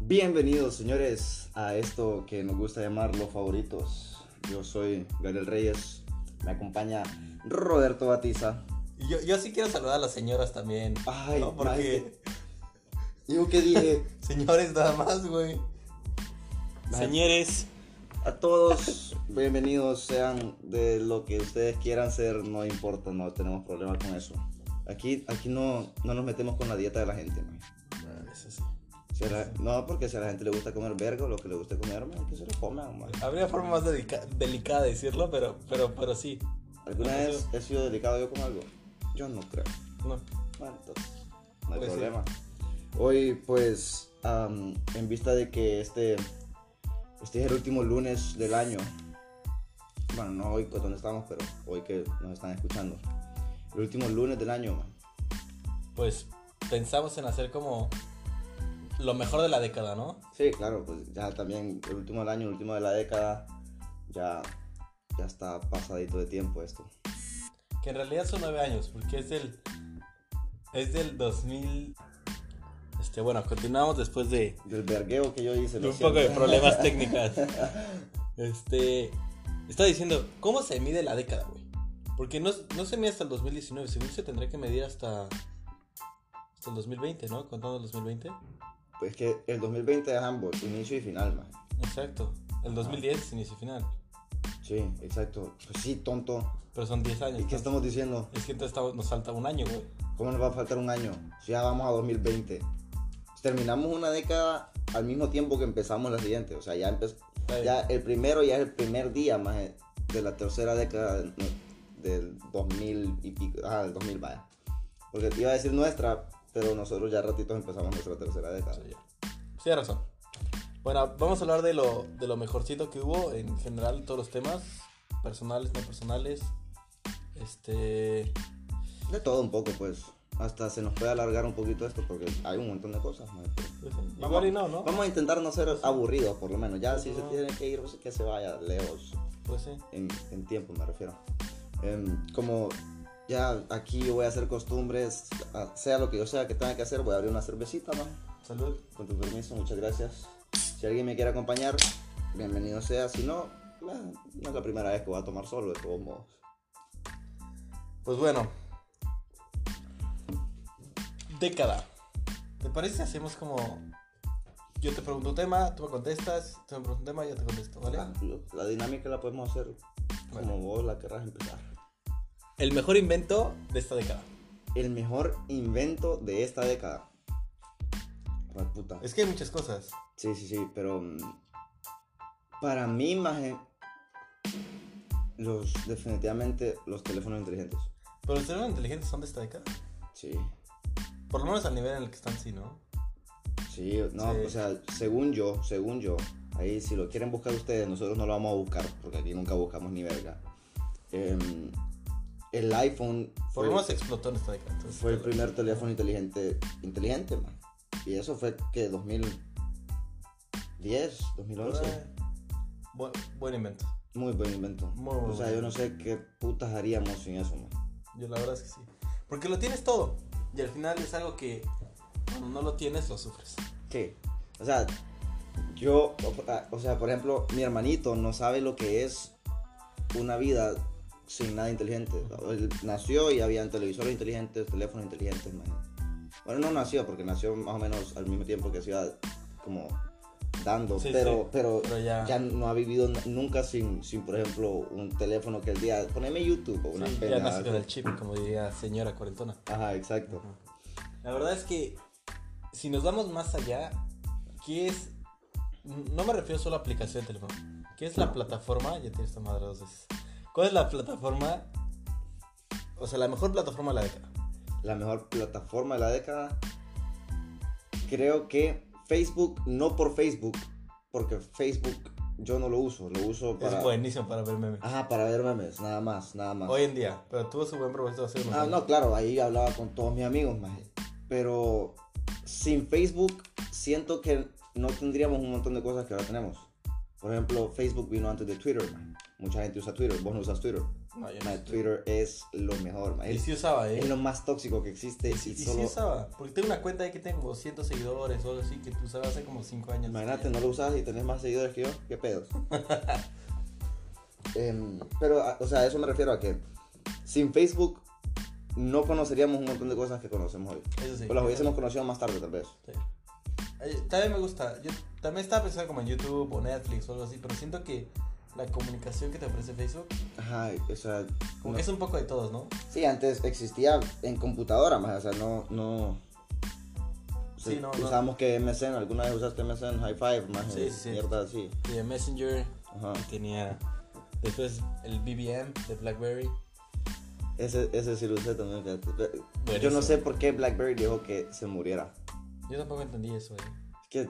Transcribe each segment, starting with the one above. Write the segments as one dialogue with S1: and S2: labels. S1: Bienvenidos, señores, a esto que nos gusta llamar los favoritos. Yo soy Gabriel Reyes, me acompaña Roberto Batiza.
S2: Y Yo, yo sí quiero saludar a las señoras también.
S1: Ay,
S2: ¿no? Porque,
S1: Yo que dije
S2: señores, nada más, güey.
S1: Ay.
S2: Señores,
S1: a todos, bienvenidos sean de lo que ustedes quieran ser, no importa, no tenemos problema con eso. Aquí, aquí no, no nos metemos con la dieta de la gente, man. Si a la- no, porque si a la gente le gusta comer vergo, lo que le gusta comer, man, que se lo coman, man.
S2: habría forma más dedica- delicada de decirlo, pero, pero, pero sí.
S1: ¿Alguna
S2: No,
S1: vez he sido delicado yo con algo? Yo no creo.
S2: No.
S1: Bueno, entonces, no hay
S2: Pues sí.
S1: problema. Hoy, pues, am, en vista de que este, este es el último lunes del año, bueno, no hoy pues, donde estamos, pero hoy que nos están escuchando, el último lunes del año, man.
S2: Pues pensamos en hacer como lo mejor de la década, ¿no?
S1: Sí, claro, pues ya también el último del año, el último de la década, ya, ya está pasadito de tiempo esto.
S2: Que en realidad son nueve años, porque es del. Es del 2000. Este, bueno, continuamos después de,
S1: Del vergueo que yo hice.
S2: de
S1: lo
S2: un poco de
S1: siento.
S2: problemas técnicas. Este. Estaba diciendo, ¿cómo se mide la década, güey? Porque no, no se mide hasta el 2019, según se tendría que medir hasta. Hasta el 2020, ¿no? Contando el 2020.
S1: Pues que el 2020 es ambos, inicio y final, man.
S2: Exacto. El 2010 es inicio y final.
S1: Sí, exacto. Pues sí, tonto.
S2: Pero son 10 años.
S1: ¿Y qué
S2: ¿no?
S1: estamos diciendo?
S2: Es que entonces estamos- nos falta un año, güey.
S1: ¿Cómo nos va a faltar un año? Si ya vamos a 2020. Terminamos una década al mismo tiempo que empezamos la siguiente. O sea, ya empezó.
S2: Sí.
S1: Ya el primero ya es el primer día más eh, de la tercera década de- no, del 2000 y pico. Ah, del 2000, vaya. Porque te iba a decir nuestra, pero nosotros ya ratitos empezamos nuestra tercera década.
S2: Sí, ya. Sí, hay razón. Bueno, vamos a hablar de lo, de lo mejorcito que hubo en general, todos los temas, personales, no personales. Este.
S1: De todo un poco, pues. Hasta se nos puede alargar un poquito esto porque hay un montón de cosas. mae, pero-
S2: pues, Igual y no, ¿no?
S1: Vamos a intentar no ser aburridos, por lo menos. Ya si se
S2: No.
S1: tiene que ir, pues, que se vaya lejos.
S2: Pues sí.
S1: en, en tiempo me refiero. Em, como ya aquí yo voy a hacer costumbres, a- sea lo que yo sea que tenga que hacer, voy a abrir una cervecita, man.
S2: Salud.
S1: Con tu permiso, muchas gracias. Si alguien me quiere acompañar, bienvenido sea. Si no, eh, no es la primera vez que voy a tomar solo, de todos modos.
S2: Pues bueno. Década. ¿Te parece si hacemos como. Yo te pregunto un tema, tú me contestas, tú me preguntas un tema, yo te contesto, ¿vale?
S1: Ah, yo- La, dinámica la podemos hacer como
S2: Vale.
S1: vos la querrás empezar.
S2: El mejor invento de esta década.
S1: El mejor invento de esta década. Ah, puta.
S2: Es que hay muchas cosas.
S1: Sí, sí, sí, pero mm, para mí más en- los definitivamente los teléfonos inteligentes.
S2: Pero los cerebros inteligentes son de esta década.
S1: Sí.
S2: Por lo menos al nivel en el que están, sí, ¿no?
S1: Sí, no,
S2: Sí.
S1: o sea, según yo, según yo, ahí si lo quieren buscar ustedes, nosotros no lo vamos a buscar porque aquí nunca buscamos ni verga. Em, el iPhone
S2: Por
S1: fue,
S2: lo menos explotó en esta década. entonces-
S1: fue el primer teléfono inteligente inteligente, man. Y eso fue que 2010, 2011.
S2: Bu- buen invento.
S1: Muy buen invento.
S2: Muy
S1: o sea,
S2: buen
S1: yo no sé qué putas haríamos sin eso, man.
S2: Yo la verdad es que sí. Porque lo tienes todo. Y al final es algo que cuando no lo tienes, lo sufres.
S1: Sí. O sea, yo, o- o sea, por ejemplo, mi hermanito no sabe lo que es una vida sin nada inteligente. Él nació y habían televisores inteligentes, teléfonos inteligentes, man. Bueno, no nació, porque nació más o menos al mismo tiempo que se iba como dando,
S2: Sí,
S1: pero,
S2: sí.
S1: pero
S2: Pero ya-
S1: no ha vivido n- nunca sin, sin, por ejemplo, un teléfono que el día, poneme YouTube o una
S2: Sí,
S1: pena,
S2: ya nací con
S1: así.
S2: el chip, como diría señora cuarentona.
S1: Ajá, exacto.
S2: La verdad es que si nos vamos más allá, ¿qué es? No me refiero solo a aplicación de teléfono. ¿Qué es la plataforma? Ya tienes esta madre dos veces. ¿Cuál es la plataforma? O sea, la mejor plataforma de la década.
S1: la mejor plataforma de la década. Creo que Facebook, no por Facebook, porque Facebook yo no lo uso, lo uso para. Ah,
S2: Es buenísimo para ver memes.
S1: Ajá, para ver memes, nada más, nada más.
S2: Hoy en día, pero tuvo su buen propósito de hacer unos
S1: Ah,
S2: años.
S1: no, claro, ahí hablaba con todos mis amigos, maje. Pero sin Facebook siento que no tendríamos un montón de cosas que ahora tenemos. Por ejemplo, Facebook vino antes de Twitter. maje. Mucha gente usa Twitter, vos no usas Twitter.
S2: No, yo no
S1: Mae,
S2: sé.
S1: Twitter es lo mejor, mae.
S2: Y sí usaba, ¿eh?
S1: Es lo más tóxico que existe.
S2: Y sí,
S1: y
S2: y sí
S1: solo,
S2: usaba. Porque tengo una cuenta ahí que tengo 200 seguidores o algo así que tú usabas hace como 5 años.
S1: Imagínate, no lo usas y tenés más seguidores que yo. ¿Qué pedo? Em, pero, a- o sea, a eso me refiero a que sin Facebook no conoceríamos un montón de cosas que conocemos hoy.
S2: Eso sí.
S1: O las hubiésemos conocido más tarde, tal vez.
S2: Sí. Ay, También me gusta. Yo también estaba pensando como en YouTube o Netflix o algo así, pero siento que la comunicación que te ofrece Facebook,
S1: Ajá, o sea.
S2: como
S1: no-
S2: que es un poco de todos, ¿no?
S1: Sí, antes existía en computadora más, o sea, no. no o sea,
S2: Sí, no, no.
S1: Usábamos que MSN, alguna vez usaste MSN, High Five, más eh,
S2: Sí, sí, sí.
S1: mierda así.
S2: Y de Messenger,
S1: Ajá.
S2: y tenía. Después el BBM de Blackberry.
S1: Ese, ese sí lo usé también. fíjate. Pero Yo
S2: Buenísimo.
S1: no sé por qué Blackberry dijo que se muriera.
S2: Yo tampoco entendí eso, eh.
S1: Es que,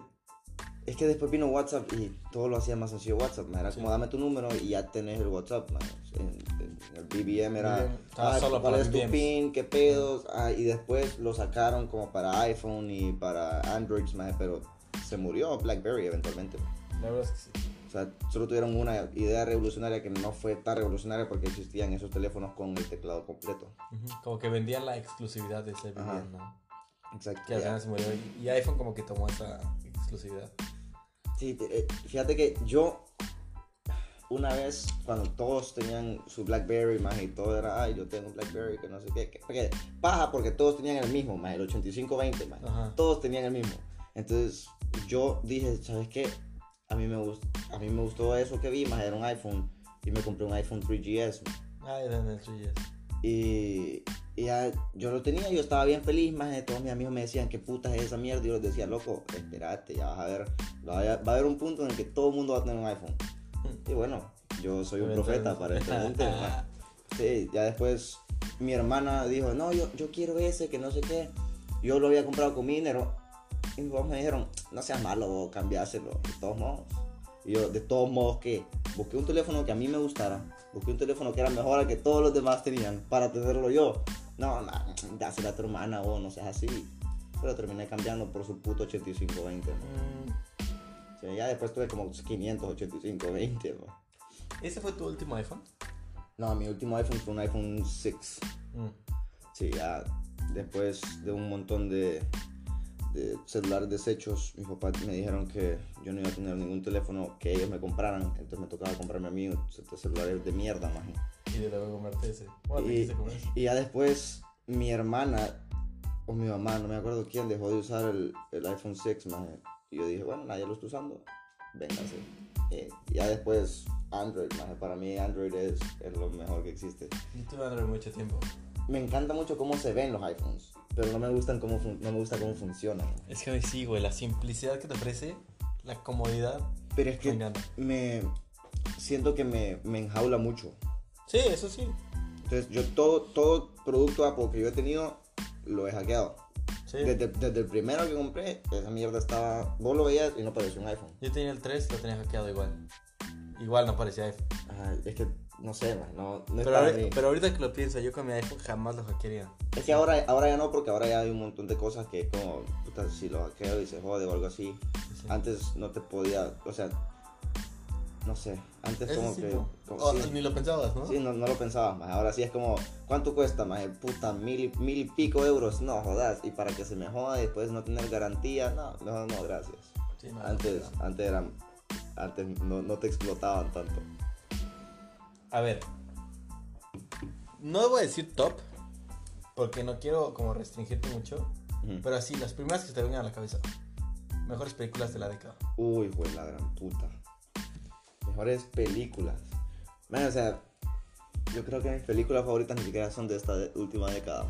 S1: es que después vino WhatsApp y todo lo hacía más sencillo WhatsApp. man. Era
S2: Sí.
S1: como dame tu número y ya tenés el WhatsApp. man. En- en- en el BBM era.
S2: BBM, estaba solo
S1: ¿Cuál
S2: para
S1: es tu
S2: BBMs?
S1: pin? ¿Qué pedos? Ah, y después lo sacaron como para iPhone y para Android, man, pero se murió Blackberry eventualmente.
S2: La verdad es que sí.
S1: O sea, solo tuvieron una idea revolucionaria que no fue tan revolucionaria porque existían esos teléfonos con el teclado completo.
S2: Ujú, Como que vendían la exclusividad de ese
S1: Ajá.
S2: BBM, ¿no?
S1: Exacto.
S2: Que al final se murió. Y- Y iPhone como que tomó esa exclusividad.
S1: Sí, te- eh, fíjate que yo una vez cuando todos tenían su BlackBerry más y todo era, ay, yo tengo un BlackBerry que no sé qué, que, que paja porque todos tenían el mismo, más el 8520, más
S2: Ajá.
S1: todos tenían el mismo. Entonces yo dije, ¿sabes qué? A mí me gustó, a mí me gustó eso que vi, más era un iPhone y me compré un iPhone 3GS. ma.
S2: Ah, era en el 3GS.
S1: Y, y ya eh, yo lo tenía, yo estaba bien feliz, más de todos mis amigos me decían, ¿qué puta es esa mierda? Y yo les decía, loco, espérate, ya vas a ver, va a, va a haber un punto en el que todo el mundo va a tener un iPhone. Y bueno, yo soy un profeta para este mundo. ¿verdad? Sí, ya después mi hermana dijo, no, yo, yo quiero ese, que no sé qué. Yo lo había comprado con mi dinero. Y mis papás me dijeron, no seas malo, vos, cambiáselo, de todos modos. Y yo, de todos modos, ¿qué? Busqué un teléfono que a mí me gustara. Busqué un teléfono que era mejor al que todos los demás tenían para tenerlo yo. No, no, dásela a tu hermana, vos, no seas así. Pero terminé cambiando por su puto 8520. ¿no?
S2: Mm,
S1: O sea, ya después tuve como 58520. ¿no?
S2: ¿Ese fue tu último iPhone?
S1: No, mi último iPhone fue un iPhone 6.
S2: Mm.
S1: Sí, ya después de un montón de, de celulares desechos, mis papás me dijeron que yo no iba a tener ningún teléfono que ellos me compraran. Entonces me tocaba comprarme a mí este celulares de mierda, maje.
S2: Y de luego comerte ese. Bueno, te
S1: Y,
S2: quise comer.
S1: y ya después mi hermana o mi mamá, no me acuerdo quién, dejó de usar el, el iPhone 6, maje. Y yo dije, bueno, nadie lo está usando, véngase. Y ya después Android, maje. Para mí Android es, es lo mejor que existe.
S2: Yo tuve Android mucho tiempo.
S1: me encanta mucho cómo se ven los iPhones, pero no me gustan cómo fun- no me gusta cómo funcionan.
S2: Es que hoy sí, güey, la simplicidad que te ofrece, la comodidad.
S1: Pero es
S2: Me
S1: que
S2: encanta.
S1: me siento que me, me enjaula mucho.
S2: Sí, eso sí.
S1: Entonces, yo todo todo producto Apple que yo he tenido lo he hackeado.
S2: Sí.
S1: Desde, desde el primero que compré, esa mierda estaba, vos lo veías y no parecía un iPhone.
S2: Yo tenía el 3, lo tenía hackeado igual. Igual no parecía iPhone.
S1: Ajá, es que no sé, man, no, no es
S2: Pero,
S1: para
S2: ahori-
S1: mí.
S2: pero ahorita que lo pienso, yo con mi iPhone jamás lo hackearía.
S1: Es que ahora, ahora ya no, porque ahora ya hay un montón de cosas que es como, puta, si lo hackeo y se jode o algo así.
S2: Sí.
S1: Antes no te podía, o sea, no sé, antes
S2: Eso
S1: como
S2: sí,
S1: que...
S2: no.
S1: como-
S2: Oh,
S1: sí,
S2: Ni lo pensabas, ¿no?
S1: sí, no, no lo pensabas más, ahora sí es como, ¿cuánto cuesta más? Puta, mil, y- mil y pico euros, no jodas, y para que se me joda y después no tener garantía, no, no, no, gracias.
S2: Sí, no,
S1: Antes,
S2: no.
S1: antes eran, antes no, no te explotaban tanto.
S2: A ver. No voy a decir top, porque no quiero como restringirte mucho.
S1: Ujú.
S2: Pero así, las primeras que se te vengan a la cabeza. Mejores películas de la década.
S1: Uy, güey, la gran puta. Mejores películas. Man, o sea, yo creo que mis películas favoritas ni siquiera son de esta de- última década.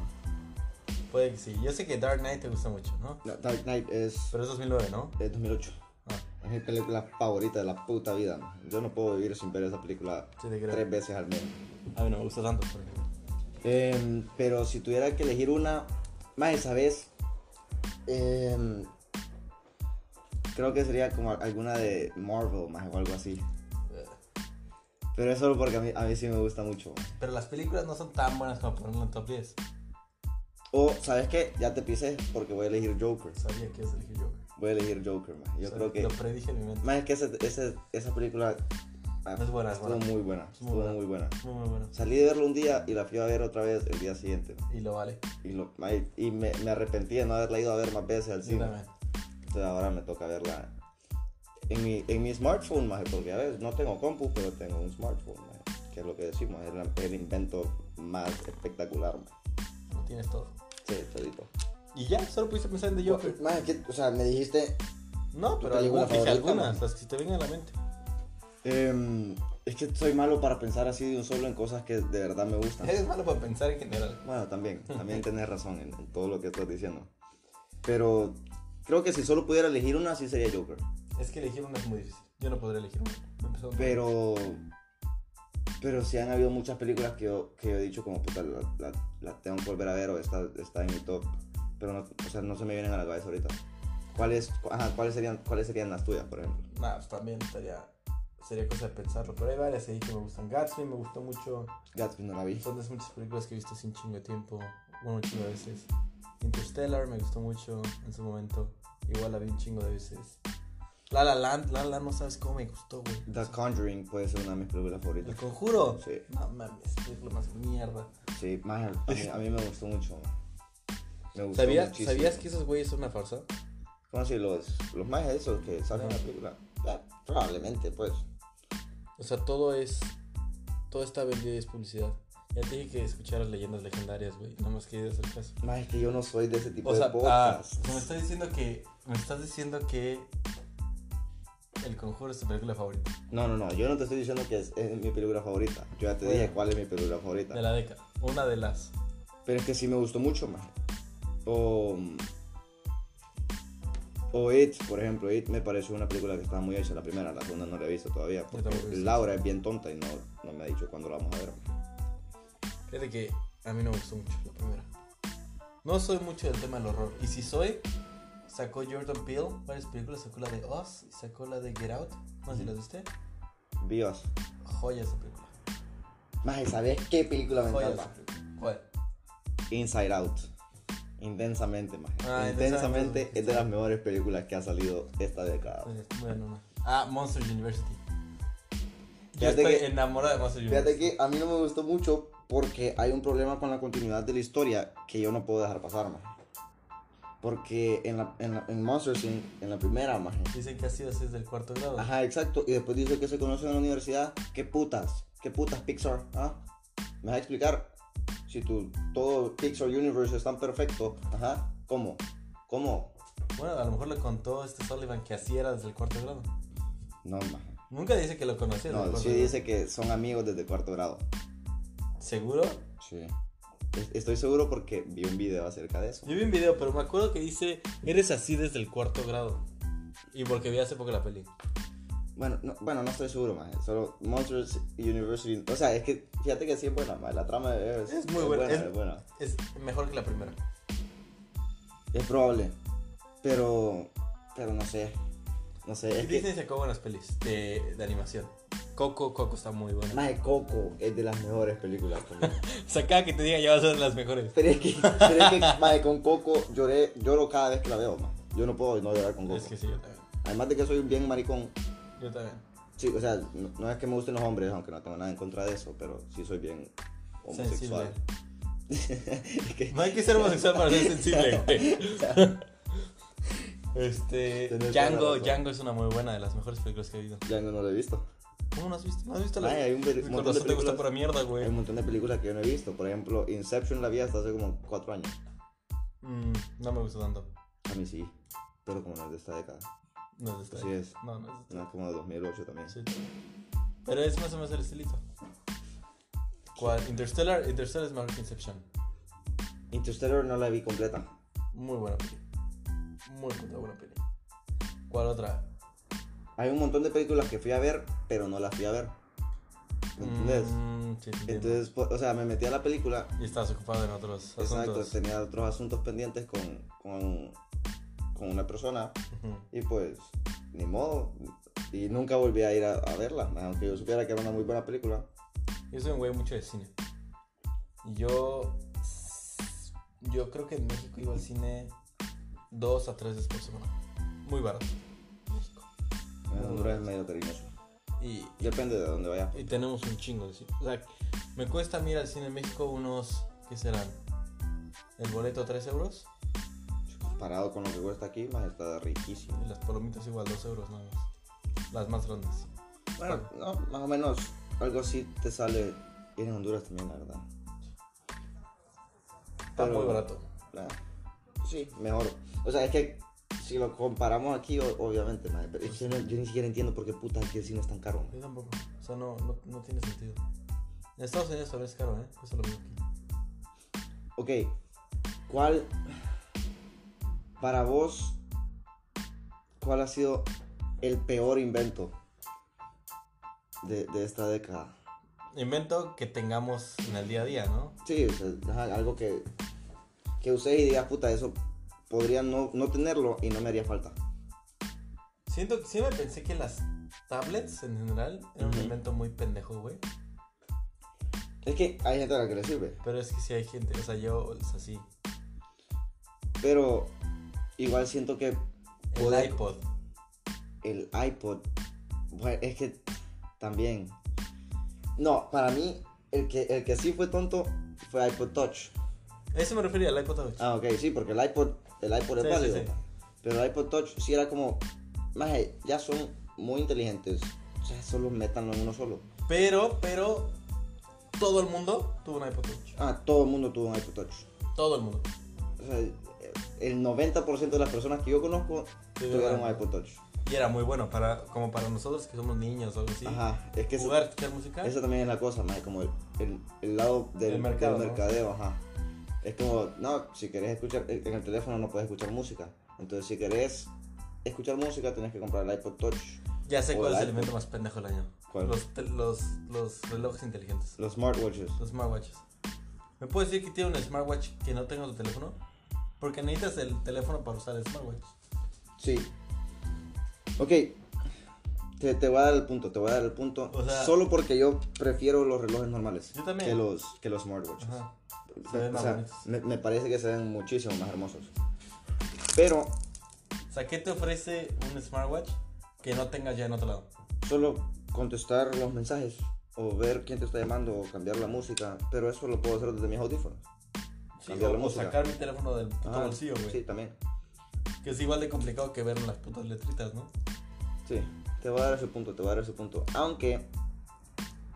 S2: Puede que sí. Yo sé que Dark Knight te gusta mucho, ¿no?
S1: No, Dark Knight es,
S2: Pero es 2009, ¿no?
S1: es 2008.
S2: Ah,
S1: Es mi película favorita de la puta vida. man. Yo no puedo vivir sin ver esa película
S2: sí, te creo.
S1: tres veces al mes.
S2: A mí no me gusta tanto, por ejemplo.
S1: Em, pero si tuviera que elegir una, más esa vez, em, creo que sería como alguna de Marvel más o algo así. Pero es solo porque a mí, a mí sí me gusta mucho. man.
S2: Pero las películas no son tan buenas como ponerlo en top 10.
S1: O, ¿sabes qué? Ya te pisé porque voy a elegir Joker.
S2: Sabía que ibas a elegir Joker.
S1: Voy a elegir Joker, man. Yo
S2: O sea,
S1: creo que...
S2: Lo predije en mi mente.
S1: Más es que ese- ese- esa película Ah,
S2: Es buena, es
S1: estuvo
S2: buena.
S1: muy buena.
S2: Es muy
S1: Estuvo
S2: buena.
S1: muy buena.
S2: Muy, muy bueno.
S1: Salí de verlo un día y la fui a ver otra vez el día siguiente.
S2: Y lo vale.
S1: Y, lo- ay, y me, me arrepentí de no haberla ido a ver más veces al
S2: Sí,
S1: cine.
S2: también.
S1: Entonces ahora me toca verla en mi, en mi smartphone, maje, porque a ver, no tengo compu, pero tengo un smartphone, maje, que es lo que decimos, es la- el invento más espectacular, maje.
S2: Lo tienes todo.
S1: Sí, todito.
S2: Y ya, solo pudiste pensar en The Joker.
S1: Maje, ¿qué- o sea, me dijiste,
S2: No,
S1: ¿Tu
S2: pero
S1: película
S2: algunas, dije
S1: favorita,
S2: algunas,
S1: man?
S2: las que se te vengan a la mente.
S1: em, es que soy malo para pensar así de un solo en cosas que de verdad me gustan.
S2: Eres malo para pensar en general.
S1: Bueno, también, también tenés razón en, en todo lo que estás diciendo. Pero creo que si solo pudiera elegir una, sí sería Joker.
S2: Es que elegir una es muy difícil. Yo no podría elegir una. Me empezó a-
S1: Pero. Pero sí han habido muchas películas que yo, que yo he dicho como puta, la, la- la tengo que volver a ver o está, está en mi top. Pero no, o sea, no se me vienen a la cabeza ahorita. ¿Cuáles, cu- ajá, ¿cuáles, serían, ¿Cuáles serían las tuyas, por ejemplo?
S2: Nah, pues también estaría. Sería cosa de pensarlo. Pero hay varias ahí que me gustan. Gatsby me gustó mucho.
S1: Gatsby no la vi.
S2: Son de esas muchas películas que he visto sin chingo de tiempo. Bueno, un chingo de veces. Interstellar me gustó mucho en su momento. Igual la vi un chingo de veces. La La Land, La La Land no sabes cómo me gustó, güey.
S1: The Conjuring puede ser una de mis películas favoritas.
S2: El conjuro.
S1: Sí.
S2: No mames, película más mierda.
S1: Sí, más, a, mí, a mí me gustó mucho. Me gustó
S2: ¿Sabías,
S1: muchísimo.
S2: ¿Sabías que esos güeyes son una farsa?
S1: ¿Cómo así? Los, los más esos que salen en la película. Ya, probablemente, pues.
S2: O sea, todo es. Todo está vendido y es publicidad. Ya te dije que escucharas leyendas legendarias, güey. Nada más que hacer caso.
S1: Más es que yo no soy de ese tipo
S2: O sea,
S1: de
S2: ah,
S1: podcast.
S2: o sea, me estás diciendo que. Me estás diciendo que. El conjuro es tu película favorita.
S1: No, no, no, yo no te estoy diciendo que es, es mi película favorita. Yo ya te
S2: Bueno.
S1: dije cuál es mi película favorita.
S2: De la década. Una de las.
S1: Pero es que sí me gustó mucho más. O. O It, por ejemplo, It me pareció una película que estaba muy hecha la primera, la segunda no la he visto todavía. Porque
S2: tampoco he visto.
S1: Laura es bien tonta y no, no me ha dicho cuándo la vamos a ver.
S2: Fíjate que a mí no me gustó mucho la primera. No soy mucho del tema del horror. Y si soy, sacó Jordan Peele varias películas. Sacó la de Oz y sacó la de Get Out. No sé si las viste.
S1: Dios.
S2: Joya esa película.
S1: Más, ¿sabes qué película me
S2: Joya
S1: encanta?
S2: esa película. ¿Cuál?
S1: Inside Out. Intensamente, más.
S2: Ah,
S1: intensamente
S2: Intensamente.
S1: es de las mejores películas que ha salido esta década.
S2: Bueno, no. Ah, Monster University. Yo
S1: Fíjate
S2: estoy
S1: que-
S2: enamorado de Monster University.
S1: Fíjate que a mí no me gustó mucho porque hay un problema con la continuidad de la historia que yo no puedo dejar pasar, maje. Porque en, la, en, la- en Monsters Inc., en la primera, maje.
S2: Dicen que ha sido desde el cuarto grado.
S1: Ajá, exacto. Y después dice que se conocen en la universidad. ¿Qué putas? ¿Qué putas Pixar? ¿Ah? ¿Me vas a explicar? Si tu, todo Pixar Universe es tan perfecto. Ajá. ¿Cómo? ¿Cómo?
S2: Bueno, a lo mejor le contó este Sullivan que así era desde el cuarto grado.
S1: No, maje.
S2: Nunca dice que lo conocía desde el
S1: No,
S2: cuarto
S1: sí
S2: grado.
S1: dice que son amigos desde cuarto grado.
S2: ¿Seguro?
S1: Sí. Estoy seguro porque vi un video acerca de eso.
S2: Yo vi un video, pero me acuerdo que dice, eres así desde el cuarto grado. Y porque vi hace poco la peli.
S1: Bueno, no, bueno, no estoy seguro, más. Solo Monsters University. O sea, es que fíjate que sí es buena, maje, La trama es,
S2: Es muy buena,
S1: Es,
S2: es-
S1: buena.
S2: Es mejor que la primera.
S1: Es probable. Pero. Pero no sé. No sé.
S2: Y
S1: Es que.
S2: Disney sacó buenas pelis de, de animación. Coco, Coco está muy buena.
S1: Más de Coco es de las mejores películas. por mí.
S2: Sacá que te diga ya vas a ser las mejores.
S1: pero es que. Pero es que, maje, con Coco lloré, lloro cada vez que la veo, más. Yo no puedo no llorar con Coco.
S2: Es que sí, yo también.
S1: Además de que soy bien maricón.
S2: Yo también.
S1: Sí, o sea, no, no es que me gusten los hombres, aunque no tengo nada en contra de eso, pero sí soy bien homosexual. Es que-
S2: No hay que ser homosexual para ser sensible, güey.
S1: Tienes
S2: Este.
S1: toda la
S2: Django,
S1: razón.
S2: Django es una muy buena de las mejores películas que he visto.
S1: Django no lo he visto.
S2: ¿Cómo no has visto? ¿No has visto
S1: Ay, hay un ver-
S2: Con
S1: montón de
S2: razón te gusta
S1: películas.
S2: pura mierda,
S1: Hay
S2: güey.
S1: un montón de películas que yo no he visto. Por ejemplo, Inception la vi hasta hace como cuatro años.
S2: Mm, no me gusta tanto.
S1: A mí sí, pero como no es de esta década.
S2: No es de esta
S1: Así
S2: época.
S1: es.
S2: No, no es de esta
S1: No es como de 2008 también.
S2: Sí. Pero es más o menos el estilito. ¿Cuál? Interstellar. Interstellar es mejor que Inception.
S1: Interstellar no la vi completa.
S2: Muy buena peli. Muy puta buena peli. ¿Cuál otra?
S1: Hay un montón de películas que fui a ver, pero no las fui a ver. ¿Me entendés?
S2: Mm, sí, te entiendo.
S1: Entonces, po- o sea, me metí a la película.
S2: Y estás ocupado en otros
S1: Exacto,
S2: asuntos.
S1: tenía otros asuntos pendientes con, con, con una persona.
S2: Ujú.
S1: Y pues, ni modo. Y nunca volví a ir a, a verla. Aunque yo supiera que era una muy buena película.
S2: Yo soy un güey mucho de cine. Y Yo. Yo creo que en México iba al cine dos a tres veces por semana. Muy barato. México.
S1: En Honduras es medio cariñoso.
S2: Y,
S1: Depende de dónde vaya.
S2: y tenemos un chingo de cine. O sea, me cuesta mirar al cine en México unos. ¿Qué serán? El boleto 3 euros
S1: Parado con lo que cuesta aquí, más está riquísimo.
S2: y las palomitas igual 2 euros nada más. Las más grandes.
S1: Bueno, no, más o menos algo así te sale. Y en Honduras también, la verdad.
S2: Está
S1: Pero-
S2: muy barato.
S1: La- sí, mejor. O sea, es que si lo comparamos aquí, o- obviamente, madre, pero es que no- yo ni siquiera entiendo por qué puta aquí el cine es tan caro.
S2: Yo tampoco. O sea, no, no, no tiene sentido. En Estados Unidos también es caro, ¿eh? Eso lo mismo aquí.
S1: Ok, ¿cuál para vos, cuál ha sido el peor invento de, de esta década?
S2: Invento que tengamos en el día a día, ¿no?
S1: Sí, o sea, ajá, algo que, que uses y digas, puta, eso podría no, no tenerlo y no me haría falta.
S2: Siento que siempre pensé que las tablets en general era un
S1: Ujú.
S2: invento muy pendejo, güey.
S1: Es que hay gente a la que le sirve,
S2: Pero es que si hay gente, o sea, yo, o sea, sí.
S1: pero igual siento que
S2: El
S1: Poder-
S2: iPod.
S1: el iPod. Bueno, es que también. No, para mí, el que, el que sí fue tonto fue iPod Touch.
S2: A eso me refería, al iPod Touch.
S1: Ah, ok, sí, porque el iPod, el iPod es
S2: Sí, sí,
S1: válido.
S2: sí.
S1: Pero el iPod Touch sí era como. Más, ya son muy inteligentes. O sea, solo métanlo en uno solo.
S2: Pero, pero, todo el mundo tuvo un iPod Touch.
S1: Ah, todo el mundo tuvo un iPod Touch.
S2: Todo el mundo.
S1: O sea, el 90% de las personas que yo conozco
S2: Sí,
S1: tuvieron un
S2: ¿verdad?
S1: iPod Touch.
S2: Y era muy bueno, para, como para nosotros que somos niños o algo así.
S1: Ajá, es que eso-
S2: Jugar, escuchar música.
S1: Esa también es la cosa, más como el, el- el lado del,
S2: El mercado,
S1: del
S2: ¿no?
S1: mercadeo, ajá. Es como, no, si querés escuchar, en en el teléfono no puedes escuchar música. Entonces, si querés escuchar música, tenés que comprar el iPod Touch,
S2: Ya sé
S1: o
S2: cuál
S1: el
S2: es el
S1: iPod.
S2: invento más pendejo del año.
S1: ¿Cuál?
S2: Los, tel- los, los relojes inteligentes.
S1: los smartwatches.
S2: Los smartwatches. ¿Me puedes decir que tiene un smartwatch que no tenga tu teléfono? Porque necesitas el teléfono para usar el smartwatch.
S1: Sí. Ok, te, te voy a dar el punto, te voy a dar el punto.
S2: O sea-
S1: solo porque yo prefiero los relojes normales
S2: Yo también.
S1: Que, los, que los smartwatches.
S2: Ajá. Se
S1: Me,
S2: ven
S1: o
S2: más
S1: sea,
S2: bonitos.
S1: me- me parece que se ven muchísimo más hermosos. Pero
S2: O sea, ¿qué te ofrece un smartwatch que no tengas ya en otro lado?
S1: solo contestar los mensajes o ver quién te está llamando o cambiar la música, pero eso lo puedo hacer desde mis audífonos.
S2: Sí,
S1: Cambiar
S2: o,
S1: la
S2: o
S1: música.
S2: sacar mi teléfono del puto
S1: Ah,
S2: bolsillo, güey.
S1: Sí, también.
S2: Que es igual de complicado que ver las putas letritas, ¿no?
S1: Sí, te voy a dar ese punto, te voy a dar ese punto. Aunque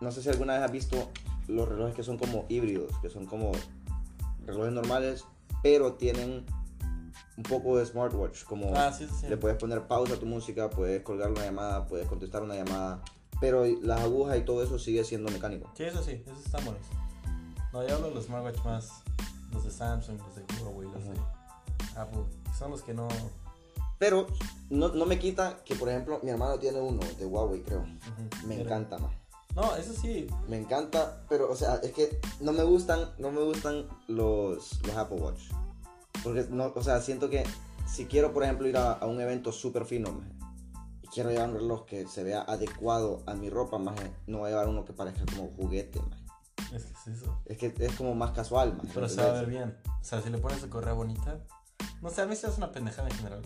S1: no sé si alguna vez has visto los relojes que son como híbridos, que son como relojes normales, pero tienen un poco de smartwatch, como
S2: Ah, sí, sí.
S1: Oh, le puedes poner pausa a tu música, puedes colgar una llamada, puedes contestar una llamada, pero las agujas y todo eso sigue siendo mecánico.
S2: Sí, eso sí, esos están buenos. No, yo hablo de los smartwatch más. Los de Samsung, los de Huawei, los de Apple. Son los que no.
S1: Pero no, no me quita que, por ejemplo, mi hermano tiene uno de Huawei, creo.
S2: Ujú.
S1: Me
S2: Pero-
S1: encanta, más.
S2: No, eso sí.
S1: Me encanta, pero, o sea, es que no me gustan, no me gustan los, los Apple Watch. Porque, no, o sea, siento que si quiero, por ejemplo, ir a, a un evento súper fino, maje, y quiero llevar un reloj que se vea adecuado a mi ropa, más no voy a llevar uno que parezca como juguete, maje.
S2: Es que es eso.
S1: Es que es como más casual, maje,
S2: Pero se va a ver
S1: ¿entendés?
S2: bien. O sea, si le pones la correa bonita. No sé, a mí se hace una pendejada en general.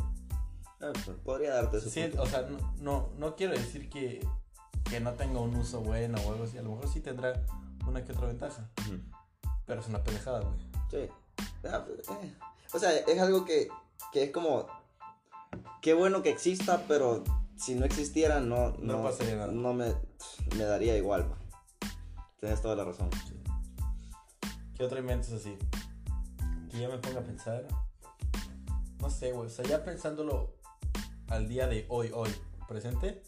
S1: Eh, pues, Podría darte ese
S2: Sí,
S1: punto.
S2: o sea, no, no, no quiero decir que, que no tenga un uso bueno o algo así. A lo mejor sí tendrá una que otra ventaja.
S1: Ujú.
S2: Pero es una pendejada, güey.
S1: Sí. Ah, pues, eh. O sea, es algo que, que es como. Qué bueno que exista, pero si no existiera, no.
S2: No pasaría nada.
S1: No me, me daría igual, man. Tienes toda la razón.
S2: ¿Qué otro invento es así? Que yo me ponga a pensar. No sé, güey. O sea, ya pensándolo al día de hoy, hoy, presente.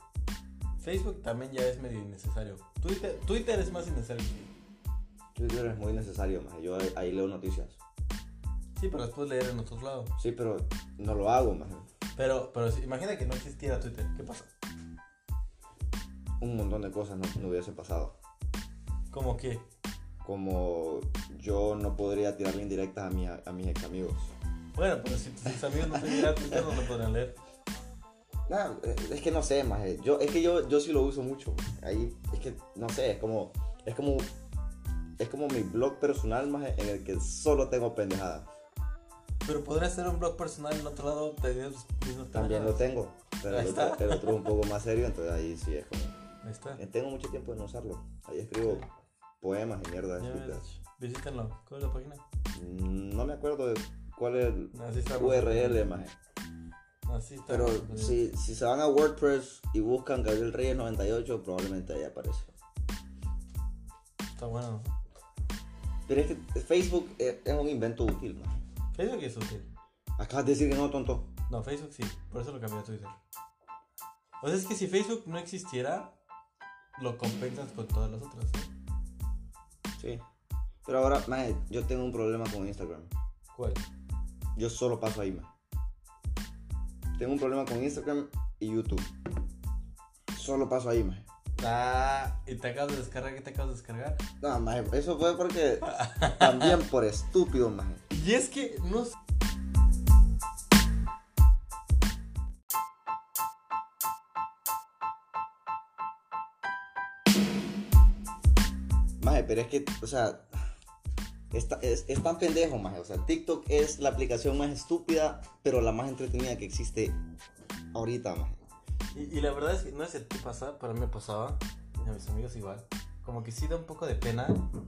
S2: Facebook también ya es medio innecesario. Twitter, Twitter es más innecesario que
S1: Twitter es muy necesario, man. Yo ahí, ahí leo noticias.
S2: Sí, pero después leer en otros lados.
S1: Sí, pero no lo hago, man.
S2: Pero, pero si- imagina que no existiera Twitter. ¿Qué pasa?
S1: Un montón de cosas no, no hubiesen pasado.
S2: Como que.
S1: Como yo no podría tirarle indirectas a, mi, a mis ex amigos.
S2: Bueno, pero si tus amigos no tuvieran Twitter, no lo podrían leer.
S1: Nah, eh, es que no sé, más Yo, es que yo, yo sí lo uso mucho. Ahí, es que, no sé, es como, es como, es como mi blog personal, más en el que solo tengo pendejadas.
S2: Pero podrías hacer un blog personal en otro lado, pues, tener los mismos
S1: También lo
S2: pendejadas.
S1: tengo, pero
S2: Ahí
S1: el
S2: está.
S1: otro, el otro es un poco más serio, entonces ahí sí es como,
S2: Ahí está.
S1: Eh, Tengo mucho tiempo de no usarlo. Ahí escribo
S2: Sí.
S1: poemas y mierda.
S2: Ya
S1: estúpida.
S2: ves, visítenlo. ¿Cuál es la página?
S1: Mm, No me acuerdo de cuál es el
S2: Así está.
S1: URL, maje.
S2: Así
S1: eh,
S2: está.
S1: Pero si, si se van a WordPress y buscan Gabriel Reyes 98, probablemente ahí aparece.
S2: Está bueno.
S1: Pero es que Facebook eh, es un invento útil, maje.
S2: Facebook es útil.
S1: Acabas de decir que no, tonto.
S2: No, Facebook sí. Por eso lo cambié a Twitter. O sea, es que si Facebook no existiera, lo compensas con todas las otras. ¿no?
S1: Sí. Pero ahora, maje, yo tengo un problema con Instagram.
S2: ¿Cuál?
S1: Yo solo paso ahí, maje. Tengo un problema con Instagram y YouTube. Solo paso ahí, maje.
S2: Ah, y te acabas de descargar. ¿Qué te acabas de descargar?
S1: No, maje, eso fue porque también por estúpido, maje.
S2: Y es que no sé.
S1: Maje, pero es que, o sea, está- es, es tan pendejo, maje. O sea, TikTok es la aplicación más estúpida, pero la más entretenida que existe ahorita, maje.
S2: Y, y la verdad es que no sé si a ti te pasa, pero a mí me pasaba. Y a mis amigos igual. Como que sí da un poco de pena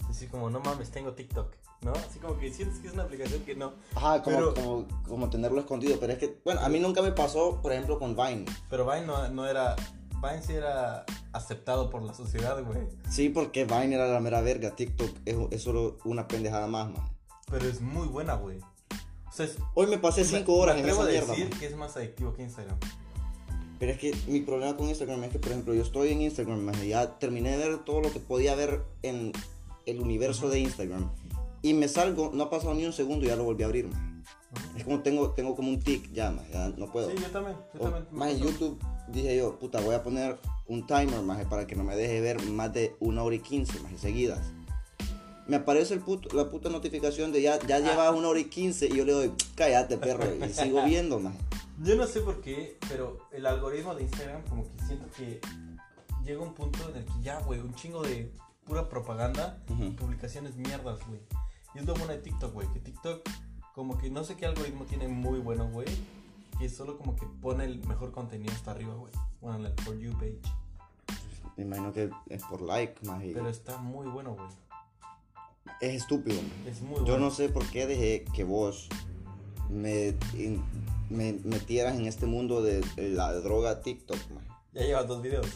S2: decir como, no mames, tengo TikTok, ¿no? Así como que sientes que es una aplicación que no.
S1: Ajá, como,
S2: Pero-
S1: como, como tenerlo escondido. Pero es que, bueno, a mí nunca me pasó, por ejemplo, con Vine.
S2: Pero Vine no, no era... Vine sí era aceptado por la sociedad, güey.
S1: Sí, porque Vine era la mera verga. TikTok es, es solo una pendejada más, maje.
S2: Pero es muy buena, güey. O sea, es...
S1: Hoy me pasé 5
S2: me-
S1: horas
S2: me
S1: en
S2: atrevo
S1: esa
S2: a
S1: mierda.
S2: decir
S1: maje.
S2: que es más adictivo que Instagram.
S1: Pero es que mi problema con Instagram es que, por ejemplo, yo estoy en Instagram, maje, ya terminé de ver todo lo que podía ver en el universo de Instagram. Y me salgo, no ha pasado ni un segundo y ya lo volví a abrir, maje. Es como tengo, tengo como un tic ya, maje, ya no puedo.
S2: Sí, yo también. Yo
S1: O,
S2: también.
S1: maje, Oh, YouTube, dije yo, puta, voy a poner un timer, maje, para que no me deje ver más de una hora y quince, maje, seguidas. Me aparece el puto- la puta notificación de ya,
S2: Ah.
S1: ya llevas una hora y quince y yo le doy, cállate, perro, y sigo viendo, maje.
S2: Yo no sé por qué, pero el algoritmo de Instagram como que siento que llega un punto en el que ya, güey, un chingo de pura propaganda,
S1: Ujú.
S2: publicaciones mierdas, güey. Y es lo bueno de TikTok, güey, que TikTok como que no sé qué algoritmo tiene muy bueno, güey, que solo como que pone el mejor contenido hasta arriba, güey. Bueno, en la For You page.
S1: Me imagino que es por like, maje. y-
S2: Pero está muy bueno, güey.
S1: Es estúpido. man.
S2: Es muy bueno.
S1: Yo no sé por qué dejé que vos me, in- me metieras en este mundo de la droga TikTok. man.
S2: Ya llevas dos videos.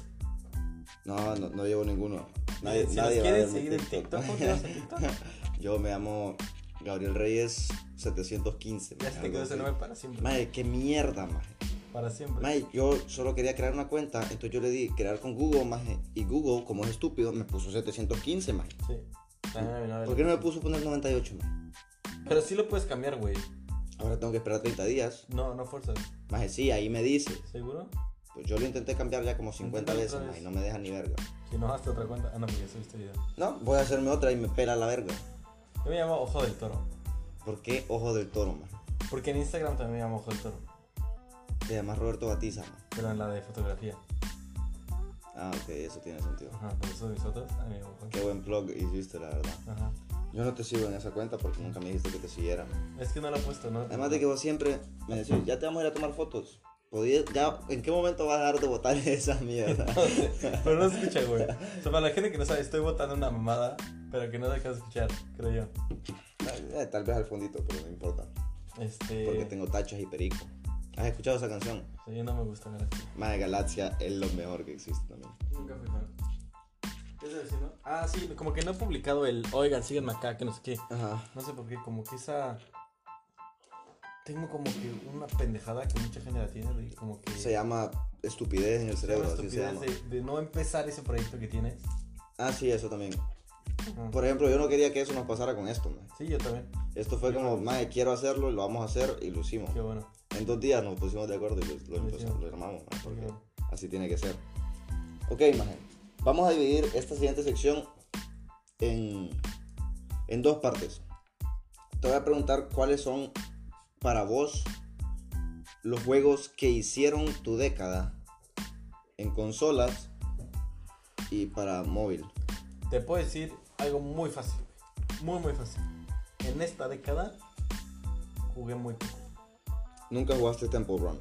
S1: No, no, no llevo ninguno. Nadie,
S2: Eh, si
S1: nadie
S2: nos
S1: va a
S2: quieren
S1: ver mi
S2: seguir en TikTok, ¿cómo te vas a TikTok?
S1: Yo me llamo Gabriel Reyes 715.
S2: Ya
S1: man,
S2: se te
S1: algo
S2: quedó ese
S1: así.
S2: nombre para siempre.
S1: Mae, qué mierda, mae.
S2: Para siempre.
S1: Mae, yo solo quería crear una cuenta, entonces yo le di crear con Google, mae, y Google, como es estúpido, me puso 715, mae.
S2: Sí. Ah, También a mi novia le
S1: ¿Por qué no me puso poner 98, mae?
S2: Pero sí lo puedes cambiar, güey.
S1: Ahora tengo que esperar 30 días.
S2: No, no fuerzas.
S1: Mae, sí, ahí me dice.
S2: ¿Seguro?
S1: Pues yo lo intenté cambiar ya como 50
S2: Inténtalo
S1: veces
S2: otra
S1: ma,
S2: vez.
S1: y no me deja ni verga.
S2: Si no, hazte otra cuenta. Ah, no, porque ya subiste video.
S1: No, voy a hacerme otra y me pela la verga.
S2: Yo me llamo Ojo del Toro.
S1: ¿Por qué Ojo del Toro, man?
S2: Porque en Instagram también me llamo Ojo del Toro.
S1: Te llamas Roberto Batiza, man.
S2: Pero en la de fotografía.
S1: Ah, ok, eso tiene sentido.
S2: Ajá, por eso mis otras. A mí me llamo Ojo.
S1: Qué buen blog hiciste, la verdad.
S2: Ajá.
S1: Yo no te sigo en esa cuenta porque nunca me dijiste que te siguiera. man.
S2: Es que no lo he puesto, ¿no?
S1: Además de que vos siempre me decís, ya te vamos a ir a tomar fotos. Podías, ya, ¿En qué momento vas a dejar de botar esa mierda?
S2: Pero no se escucha, güey. O sea, para la gente que no sabe, estoy botando una mamada, pero que no deja de escuchar, creo yo.
S1: Eh, Tal vez al fondito, pero no importa.
S2: Este.
S1: Porque tengo tachas y perico. ¿Has escuchado esa canción?
S2: Sí, no me gusta Galaxia.
S1: Más de Galaxia es lo mejor que existe también.
S2: Nunca fui fan. ¿Qué estás diciendo? Ah, sí, como que no he publicado el. Oigan, síganme acá, que no sé qué.
S1: Ajá.
S2: No sé por qué, como que esa. Tengo como que una pendejada que mucha gente la tiene, de como que.
S1: Se llama estupidez en el
S2: se llama
S1: cerebro, así se
S2: estupidez
S1: llama.
S2: De, de no empezar ese proyecto que tienes.
S1: Ah, sí, eso también.
S2: Ajá.
S1: Por ejemplo, yo no quería que eso nos pasara con esto, man.
S2: Sí, yo también.
S1: Esto fue como, mae, quiero hacerlo, lo vamos a hacer y lo hicimos.
S2: Qué bueno.
S1: En dos días nos pusimos de acuerdo y pues lo, lo,
S2: Lo
S1: empezamos-
S2: hicimos.
S1: lo armamos, mae, porque
S2: Ujú.
S1: así tiene que ser. Ok, mae. Vamos a dividir esta siguiente sección en, en dos partes. Te voy a preguntar cuáles son para vos los juegos que hicieron tu década en consolas y para móvil.
S2: Te puedo decir algo muy fácil, güey. Muy, muy fácil. En esta década jugué muy poco.
S1: Nunca jugaste Temple Run.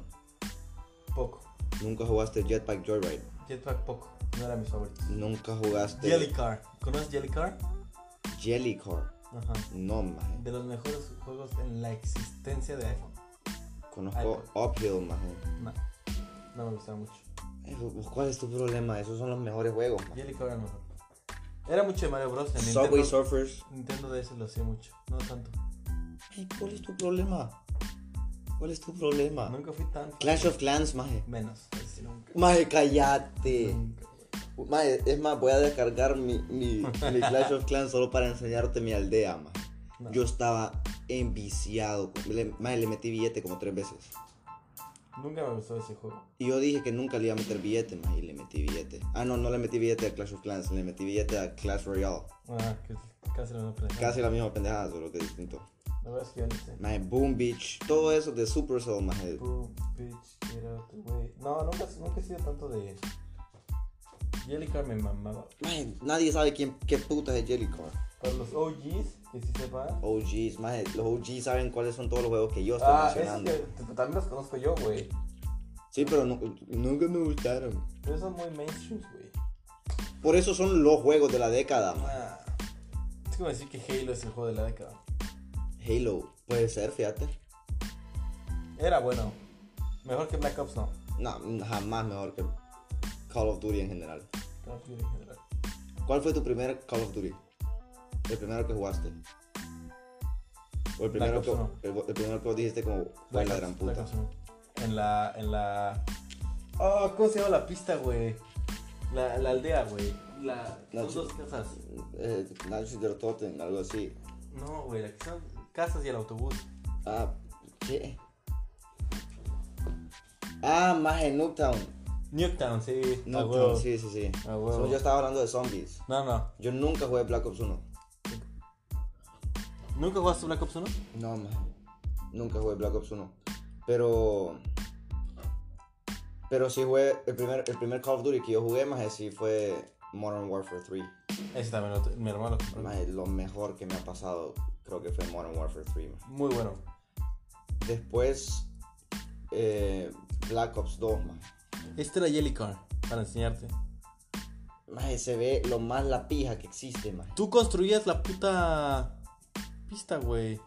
S2: Poco.
S1: Nunca jugaste Jetpack Joyride.
S2: Jetpack poco. No era mi favorito.
S1: Nunca jugaste
S2: Jellycar. ¿Conoces Jellycar?
S1: Jellycore.
S2: Ajá.
S1: No, maje.
S2: De los mejores juegos en la existencia de iPhone.
S1: Conozco Uphill, maje.
S2: No. No me gustaba mucho.
S1: Eh, pues, ¿Cuál es tu problema? Esos son los mejores juegos, maje.
S2: Jellycar era mejor. Era mucho de Mario Bros. En
S1: Subway
S2: Nintendo,
S1: Surfers.
S2: Nintendo DS lo hacía mucho. No tanto.
S1: Ay, ¿cuál es tu problema? ¿Cuál es tu problema?
S2: Nunca fui tan. fan.
S1: Clash of Clans, maje.
S2: Menos. Ese nunca.
S1: Maje, cállate.
S2: Nunca.
S1: Maje, es más, voy a descargar mi, mi, mi Clash of Clans solo para enseñarte mi aldea, maje.
S2: No.
S1: Yo estaba enviciado. con- Le, maje, le metí billete como tres veces.
S2: Nunca me gustó ese juego.
S1: Y yo dije que nunca le iba a meter billete, maje, y le metí billete. Ah, no, no le metí billete a Clash of Clans, le metí billete a Clash Royale.
S2: Ah, que casi lo no pensaba.
S1: Casi la misma pendejada, solo que distinto.
S2: La verdad es que yo no sé.
S1: Maje, Boom Beach, todo eso de Supercell, maje.
S2: Boom, bitch, get out the way. No, nunca, nunca he sido tanto de. Jellycar me mamaba.
S1: Maje, nadie sabe quién, qué puta es Jellycar.
S2: Para los OGs, que sí sepan.
S1: OGs, maje, los OGs saben cuáles son todos los juegos que yo estoy
S2: Ah, es
S1: mencionando.
S2: que t- también los conozco yo, güey.
S1: Sí, pero nu- nunca me gustaron.
S2: Pero son muy mainstreams, güey.
S1: Por eso son los juegos de la década, ma.
S2: Ah, es como decir que Halo es el juego de la década.
S1: Halo, puede ser, fíjate.
S2: Era bueno. Mejor que Black Ops, no.
S1: No, jamás mejor que Call of Duty en general.
S2: Call of Duty en general.
S1: ¿Cuál fue tu primer Call of Duty? El primero que jugaste. O el primero,
S2: Ops
S1: que,
S2: uno.
S1: el, el primero que vos dijiste como, fue
S2: Black
S1: la
S2: Ops,
S1: gran
S2: Black
S1: puta.
S2: Ops, no. En la. En la. Oh, ¿cómo se llama la pista, güey? La, la aldea, güey. La.
S1: La
S2: Son
S1: chi-
S2: dos casas.
S1: Eh, Nazis der Toten, algo así.
S2: No, güey, la que son casas y el autobús.
S1: Ah, ¿qué? Ah, más en Nuketown.
S2: Nuketown, sí. a
S1: Nuketown,
S2: huevo.
S1: sí, sí, sí.
S2: A huevo.
S1: So, yo estaba hablando de zombies.
S2: No, no.
S1: Yo nunca jugué Black Ops 1.
S2: ¿Nunca jugaste Black Ops 1?
S1: No, man. Nunca jugué Black Ops 1. Pero. Pero sí jugué. El primer, el primer Call of Duty que yo jugué, más sí fue Modern Warfare 3.
S2: Ese también lo, mi hermano lo compró.
S1: Maje, lo mejor que me ha pasado, creo que fue Modern Warfare 3. maje.
S2: Muy bueno.
S1: Después. eh, Black Ops 2, más.
S2: Este era Jellycar, para enseñarte.
S1: Más se ve lo más la pija que existe, más.
S2: Tú construías la puta pista, güey.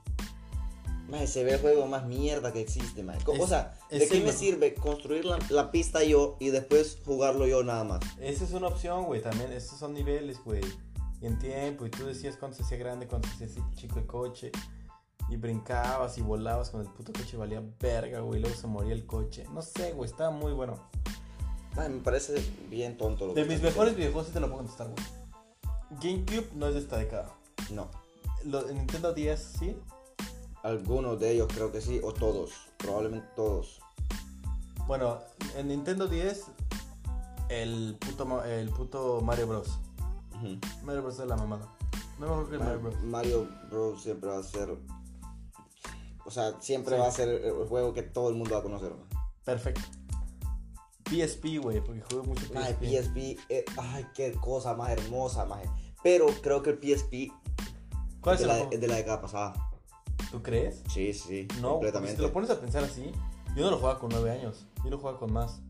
S1: Más se ve el juego más mierda que existe, más. O
S2: Es-
S1: sea, ¿de
S2: es
S1: qué
S2: el
S1: me
S2: mejor.
S1: sirve construir la, la pista yo y después jugarlo yo nada más?
S2: Esa es una opción, güey, también. Estos son niveles, güey. Y en tiempo, y tú decías cuánto se hacía grande, cuánto se hacía así chico el coche. Y brincabas y volabas con el puto coche, valía verga, güey. Luego se moría el coche. No sé, güey, estaba muy bueno.
S1: Ay, me parece bien tonto lo
S2: De
S1: que
S2: mis
S1: estás
S2: mejores videojuegos, sí te lo puedo contestar, güey. GameCube no es de esta década.
S1: diciendo. No.
S2: Lo- el Nintendo 10, sí.
S1: Algunos de ellos creo que sí, o todos. Probablemente todos.
S2: Bueno, en Nintendo 10, el puto, ma- el puto Mario Bros.
S1: Ujú.
S2: Mario Bros es la mamada. No me acuerdo que Mario Bros.
S1: Mario Bros. siempre va a ser. O sea, siempre
S2: Sí.
S1: va a ser el juego que todo el mundo va a conocer. ¿no?
S2: Perfecto. PSP, güey, porque jugué mucho PSP.
S1: Ay, PSP, eh, ay, qué cosa más hermosa, maje. Pero creo que el PSP
S2: ¿Cuál
S1: es de,
S2: es el
S1: la,
S2: juego?
S1: es de la década pasada.
S2: ¿Tú crees?
S1: Sí, sí,
S2: No, porque si
S1: completamente.
S2: te lo pones a pensar así, yo no lo jugaba con 9 años, yo lo jugaba con más.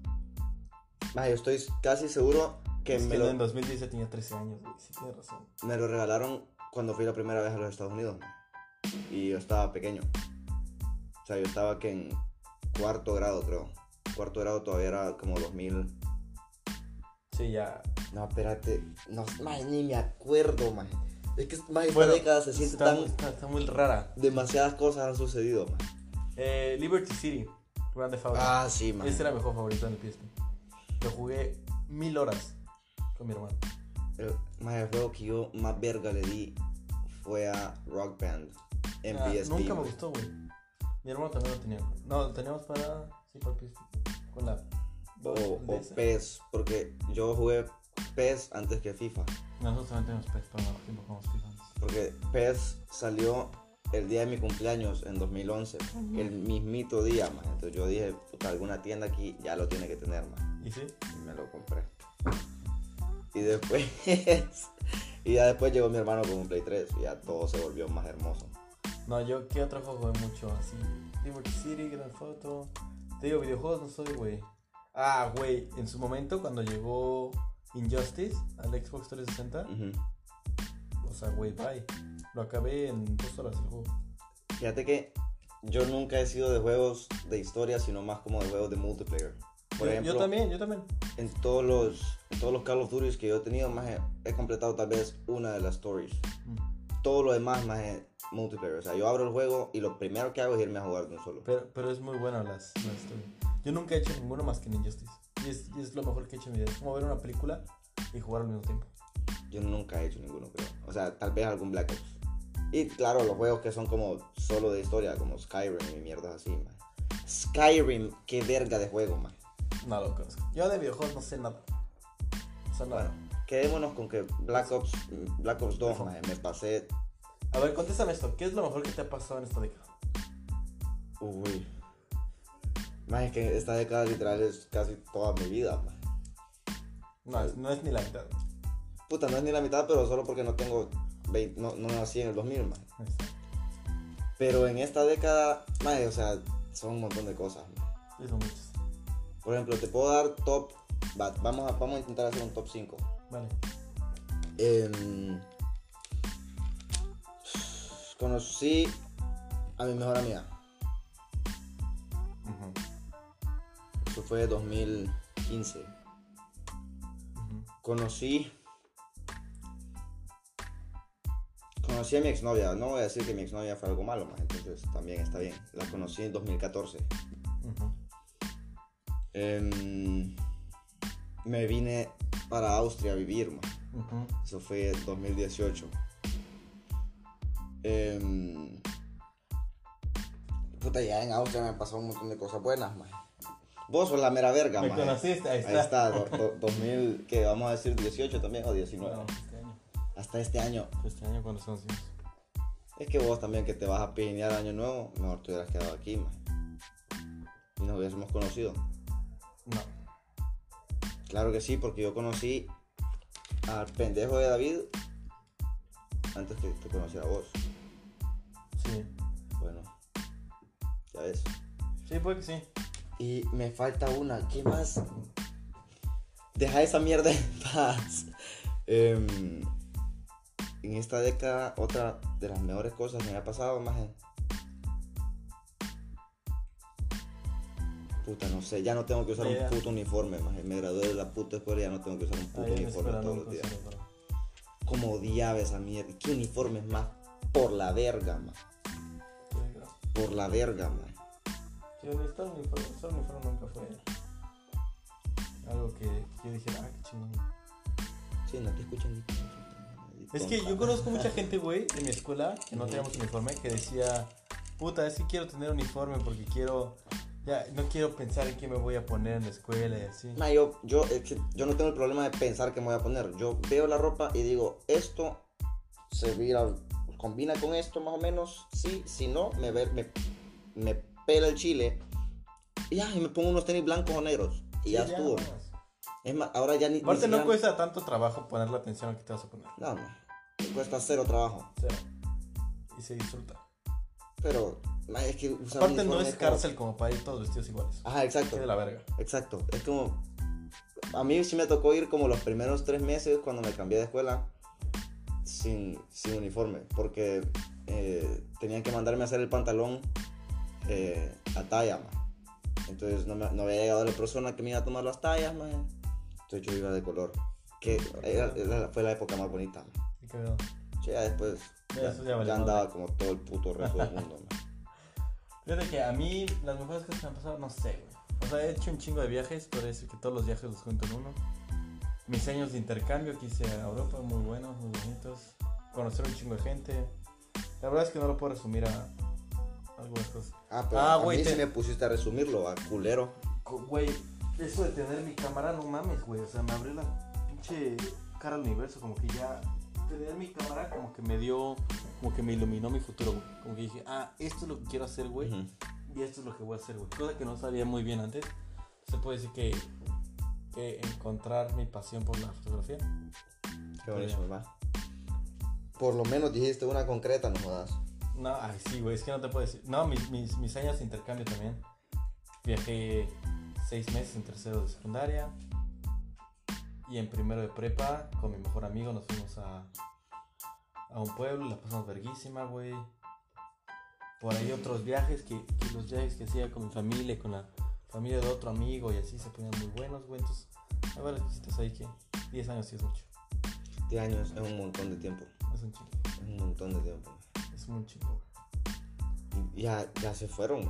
S1: Maje, yo estoy casi seguro que,
S2: Es
S1: me,
S2: que
S1: lo,
S2: en 2010 ya tenía 13 años, güey, sí tienes razón.
S1: me lo regalaron cuando fui la primera vez a los Estados Unidos. ¿no? Y yo estaba pequeño. O sea, yo estaba que en cuarto grado, creo. Cuarto grado todavía era como 2000.
S2: Sí, ya.
S1: No, espérate. No, maje, ni me acuerdo, maje. Es que, maje, esta
S2: Bueno,
S1: década se siente
S2: está,
S1: tan...
S2: está- está muy rara.
S1: Demasiadas cosas han sucedido, maje.
S2: Eh, Liberty City, grande favorito.
S1: Ah, sí, maje.
S2: Ese era mi juego favorito en el PSP. Lo jugué mil horas con mi hermano.
S1: El, maje, el juego que yo más verga le di fue a Rock Band en
S2: Ah,
S1: PSP.
S2: Nunca me
S1: maje.
S2: gustó, güey. Mi hermano también lo tenía. No, lo teníamos para. Sí, para PSP. Con la.
S1: O, o
S2: DS.
S1: PES, porque yo jugué PES antes que FIFA.
S2: Nosotros también tenemos PES, pero no, siempre jugamos FIFA antes.
S1: Porque PES salió el día de mi cumpleaños en 2011, el mismito día, más. Entonces yo dije, puta, alguna tienda aquí ya lo tiene que tener, más.
S2: ¿Y sí?
S1: Y me lo compré. Y después, y ya después llegó mi hermano con un Play 3 y ya todo se volvió más hermoso.
S2: No, yo, ¿qué otro juego jugué mucho? Así. Liberty City, Gran Foto. Te digo, videojuegos no soy, güey. Ah, güey, en su momento cuando llegó Injustice al Xbox 360.
S1: Ujú.
S2: O sea, güey, bye. Lo acabé en dos horas el juego.
S1: Fíjate que yo nunca he sido de juegos de historia, sino más como de juegos de multiplayer. Por
S2: yo,
S1: ejemplo,
S2: yo también, yo también.
S1: En, todos los, en todos los Call of Duty que yo he tenido, más he, he completado tal vez una de las stories.
S2: Mm.
S1: Todo lo demás, más es multiplayer. O sea, yo abro el juego y lo primero que hago es irme a jugar de un solo.
S2: Pero, pero es muy buena las, la historia. Yo nunca he hecho ninguno más que en Injustice. Y es, y es lo mejor que he hecho en mi vida. Es como ver una película y jugar al mismo tiempo.
S1: Yo nunca he hecho ninguno, creo. O sea, tal vez algún Black Ops. Y claro, los juegos que son como solo de historia, como Skyrim y mierdas así, man. Skyrim, qué verga de juego, man.
S2: No lo conozco. Yo de videojuegos no sé nada. O sea, nada.
S1: Bueno, quedémonos con que Black Ops, Black Ops 2, man, me pasé.
S2: A ver, contéstame esto. ¿Qué es lo mejor que te ha pasado en esta década?
S1: Uy. Más es que esta década literal es casi toda mi vida, man.
S2: No, es- no es ni la mitad.
S1: Puta, no es ni la mitad, pero solo porque no tengo. 20 no, no nací en el 2000, man.
S2: Ahí está.
S1: Pero en esta década, man, o sea, son un montón de cosas, man.
S2: Sí, son muchos.
S1: Por ejemplo, te puedo dar top. va- vamos, a, vamos a intentar hacer un top Em, 5.
S2: Vale.
S1: conocí a mi mejor amiga.
S2: Ujú.
S1: Eso fue 2015.
S2: Ujú.
S1: Conocí. Conocí a mi exnovia. No voy a decir que mi exnovia fue algo malo, más entonces también está bien. La conocí en 2014.
S2: Ujú.
S1: Em, me vine para Austria a vivir, más.
S2: Ujú.
S1: Eso fue 2018. Em, puta, ya en Austria me pasó un montón de cosas buenas, man. Vos sos la mera verga,
S2: Me
S1: man.
S2: conociste, ahí
S1: Ahí
S2: está.
S1: está, do- do- 2000, que vamos a decir 18 también o 19.
S2: No, este año.
S1: Hasta este año.
S2: Este año cuando son hijos.
S1: Es que vos también que te vas a pinear año nuevo, mejor te hubieras quedado aquí, man. Y nos hubiésemos conocido.
S2: No.
S1: Claro que sí, porque yo conocí al pendejo de David antes que te conociera a vos.
S2: Sí.
S1: Bueno, ya ves.
S2: Sí, puede que sí.
S1: Y me falta una, ¿qué más? Deja esa mierda en paz. Em, en esta década, otra de las mejores cosas que me ha pasado, más Puta, no sé, ya no tengo que usar
S2: Ni idea.
S1: un puto uniforme, maje. Me gradué de la puta escuela y ya no tengo que usar un puto
S2: Ahí
S1: uniforme
S2: esperando
S1: todos
S2: un
S1: los días.
S2: consejo, pero-
S1: Como odiaba esa mierda. ¿Qué uniforme es más? Por la verga, man. Por la verga, man.
S2: Yo ni estar uniforme, estar uniforme nunca fue algo que, que yo dijera, ah, qué chingón.
S1: Sí, no te escuchan ni-
S2: Es que yo conozco mucha gente, güey, en mi escuela que no
S1: Ujú.
S2: teníamos uniforme, que decía, puta, es que quiero tener uniforme porque quiero, ya, no quiero pensar en qué me voy a poner en la escuela y así.
S1: Ma, yo, yo, es que yo no tengo el problema de pensar que me voy a poner. Yo veo la ropa y digo, esto se vira- combina con esto más o menos. Sí, si no, me, ve- me, me pela el chile. Y ya, y me pongo unos tenis blancos o negros. Y ya, estuvo.
S2: vámonos.
S1: Es más, ahora ya ni. ni
S2: Aparte
S1: siquiera-
S2: no cuesta tanto trabajo ponerle atención a qué te vas a poner.
S1: No, no. Me cuesta cero trabajo.
S2: O sea, y se disfruta.
S1: Pero, ma, es que. usar
S2: Aparte no
S1: uniforme
S2: es
S1: como- Ah,
S2: cárcel como para ir todos vestidos iguales.
S1: Ajá, exacto.
S2: Qué de la verga.
S1: Exacto, es como... A mí sí me tocó ir como los primeros tres meses cuando me cambié de escuela sin, sin uniforme, porque eh, tenían que mandarme a hacer el pantalón eh, a talla, ma. Entonces no, me- no había llegado la persona que me iba a tomar las tallas, ma. Entonces yo iba de color, que era- era- fue la época más bonita, ma.
S2: Qué cagado.
S1: Sí, Ya después
S2: Ya,
S1: ya,
S2: eso ya valió
S1: ya
S2: madre.
S1: andaba como todo el puto resto del mundo, ma.
S2: Fíjate que a mí las mejores cosas que me han pasado, no sé, güey. O sea, he hecho un chingo de viajes, podría decir que todos los viajes los cuento en uno. Mis años de intercambio que hice a Europa, muy buenos, muy bonitos. Conocer un chingo de gente. La verdad es que no lo puedo resumir a algunas cosas.
S1: Ah, pero
S2: Ah,
S1: a
S2: güey,
S1: mí
S2: te-
S1: sí me pusiste a resumirlo, a culero.
S2: Co- Güey, eso de tener mi cámara, no mames, güey. O sea, me abrió la pinche cara al universo, como que ya. Tener mi cámara como que me dio, como que me iluminó mi futuro, güey. Como que dije, ah, esto es lo que quiero hacer, güey.
S1: Ujú.
S2: Y esto es lo que voy a hacer, güey. Cosa que no sabía muy bien antes. Se puede decir que, que encontrar mi pasión por la fotografía.
S1: Qué buenísimo, va. Por lo menos dijiste una concreta, no jodas.
S2: No, ay, sí, güey, es que no te puedo decir. No, mis, mis, mis años de intercambio también. Viajé seis meses en tercero de secundaria. Y en primero de prepa, con mi mejor amigo, nos fuimos a, a un pueblo, la pasamos verguísima, güey. Por ahí otros viajes, que, que los viajes que hacía con mi familia, y con la familia de otro amigo y así se ponían muy buenos, güey. Entonces, hay varias cositas ahí que 10 años sí es mucho.
S1: 10 años es un montón de tiempo.
S2: Es un chingo,
S1: Es un montón de tiempo.
S2: es un chingo,
S1: Y ya, ya se fueron.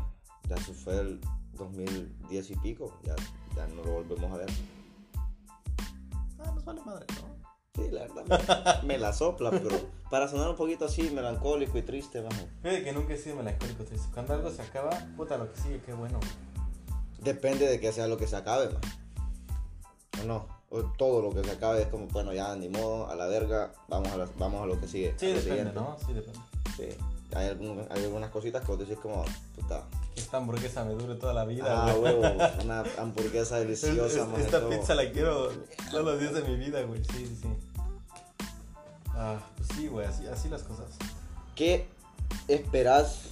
S1: Ya se fue el 2010 y pico. Ya, ya no lo volvemos a ver.
S2: güey. Ah, nos vale madre, ¿no?
S1: Sí, la verdad. Me, me la sopla, pero para sonar un poquito así, melancólico y triste, bajo.
S2: Fíjate que nunca he sido melancólico triste. Cuando algo se acaba, puta lo que sigue, qué bueno, güey.
S1: Depende de que sea lo que se acabe, man. O no. O todo lo que se acabe es como, bueno, ya ni modo, a la verga, vamos a, la- vamos a lo que sigue.
S2: Sí,
S1: a lo
S2: depende,
S1: siguiente.
S2: ¿no? Sí, depende.
S1: Sí. Hay, algún- hay algunas cositas que vos decís como, puta.
S2: Que esta hamburguesa me dure toda la vida,
S1: Ah,
S2: güey.
S1: huevo, una hamburguesa
S2: Es- es-
S1: deliciosa, man,
S2: esta
S1: esto-
S2: pizza la quiero todos los días de mi vida, güey. Sí, sí, sí. Ah, pues sí, güey, así, así las cosas.
S1: ¿Qué esperas?